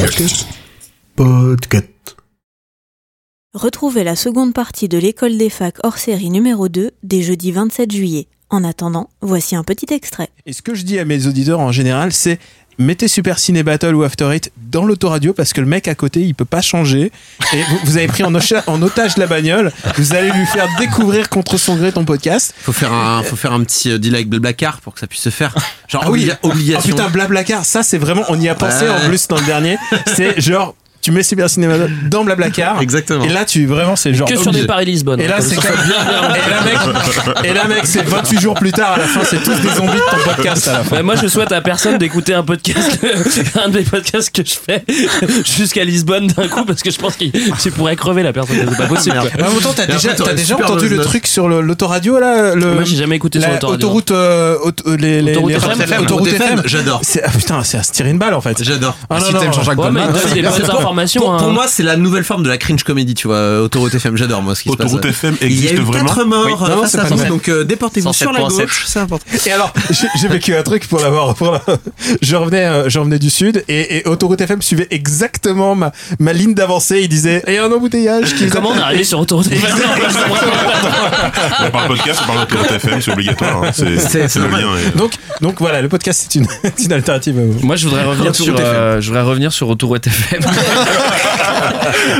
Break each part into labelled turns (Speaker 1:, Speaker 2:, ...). Speaker 1: Podcast. Podcast.
Speaker 2: Retrouvez la seconde partie de l'école des facs hors série numéro 2 dès jeudi 27 juillet. En attendant, voici un petit extrait.
Speaker 3: Et ce que je dis à mes auditeurs en général, c'est mettez Super Ciné Battle ou After Eight dans l'autoradio parce que le mec à côté, il peut pas changer. Et vous, vous avez pris en, ocha- en otage la bagnole. Vous allez lui faire découvrir contre son gré ton podcast.
Speaker 4: Faut faire un, faut faire un petit euh, deal avec Blablacar pour que ça puisse se faire. Genre
Speaker 3: Ah oui.
Speaker 4: obliga- obligation.
Speaker 3: Oh putain, Blablacar, ça c'est vraiment, on y a pensé
Speaker 4: Ouais.
Speaker 3: en plus dans le dernier. C'est genre, tu mets Super Ciné Battle dans Blablacar.
Speaker 4: Exactement.
Speaker 3: Et là, tu vraiment, c'est genre.
Speaker 5: que sur
Speaker 3: obligé.
Speaker 5: des Paris-Lisbonne.
Speaker 3: Et là,
Speaker 5: hein,
Speaker 3: c'est
Speaker 5: comme
Speaker 3: comme...
Speaker 5: ça.
Speaker 3: et là, mec, et là, mec, c'est 28 jours plus tard à la fin, c'est tous des zombies de ton podcast à la fin.
Speaker 5: Bah, moi, je souhaite à personne d'écouter un podcast, un des podcasts que je fais jusqu'à Lisbonne d'un coup, parce que je pense que tu pourrais crever la personne. C'est pas possible. quoi.
Speaker 3: Mais en même temps, bah, t'as
Speaker 4: Et
Speaker 3: déjà,
Speaker 4: après, t'aurais
Speaker 3: t'as déjà
Speaker 4: une super
Speaker 3: entendu
Speaker 4: bonne
Speaker 3: le
Speaker 4: note.
Speaker 3: truc sur le- l'autoradio là le,
Speaker 5: Moi, j'ai jamais écouté sur
Speaker 3: la
Speaker 5: l'autoradio.
Speaker 3: Autoroute, euh, aut- euh, les, les,
Speaker 5: Autoroute
Speaker 3: les-
Speaker 5: FM,
Speaker 3: autoroute
Speaker 4: FM,
Speaker 3: autoroute
Speaker 4: FM,
Speaker 3: FM.
Speaker 4: j'adore.
Speaker 3: C'est- ah, putain, c'est à se tirer une balle en fait.
Speaker 4: J'adore.
Speaker 3: Ah,
Speaker 4: Le
Speaker 3: non,
Speaker 4: système
Speaker 3: non.
Speaker 4: Jean-Jacques
Speaker 5: Ouais, mais
Speaker 4: Goldman.
Speaker 5: il donne des
Speaker 4: Pour-
Speaker 5: bonnes informations.
Speaker 4: Pour, pour
Speaker 5: hein.
Speaker 4: moi, c'est la nouvelle forme de la cringe comédie, tu vois. euh, Autoroute FM, j'adore moi ce qui se passe.
Speaker 6: Autoroute FM
Speaker 4: Il y a
Speaker 6: existe
Speaker 4: eu
Speaker 6: vraiment.
Speaker 4: quatre morts
Speaker 3: Oui.
Speaker 4: euh,
Speaker 3: Non,
Speaker 4: face
Speaker 3: c'est
Speaker 4: à
Speaker 3: pas
Speaker 4: France,
Speaker 3: vrai.
Speaker 4: donc euh, déportez-vous sur la 107.7. gauche, c'est important.
Speaker 3: Et alors, j'ai- j'ai vécu un truc pour l'avoir. Pour la- Je revenais, euh, je revenais du sud et, et autoroute FM suivait exactement ma, ma ligne d'avancée. Il disait, il y a un embouteillage qui.
Speaker 5: Comment on est arrivé sur Autoroute
Speaker 6: On parle podcast, on parle autoroute FM, c'est obligatoire. hein. C'est
Speaker 4: C'est-
Speaker 6: c'est le lien. et-
Speaker 3: Donc, donc voilà, le podcast c'est une, c'est une alternative. euh,
Speaker 7: Moi, je voudrais revenir
Speaker 4: Retour
Speaker 7: sur,
Speaker 4: au TFM.
Speaker 7: euh, je voudrais revenir sur Autoroute FM.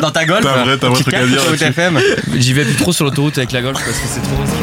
Speaker 4: Dans ta gueule
Speaker 6: T'as un vrai, t'as un vrai truc à dire. là-dessus.
Speaker 7: J'y vais plus trop sur l'autoroute avec la Golf parce que c'est trop risqué.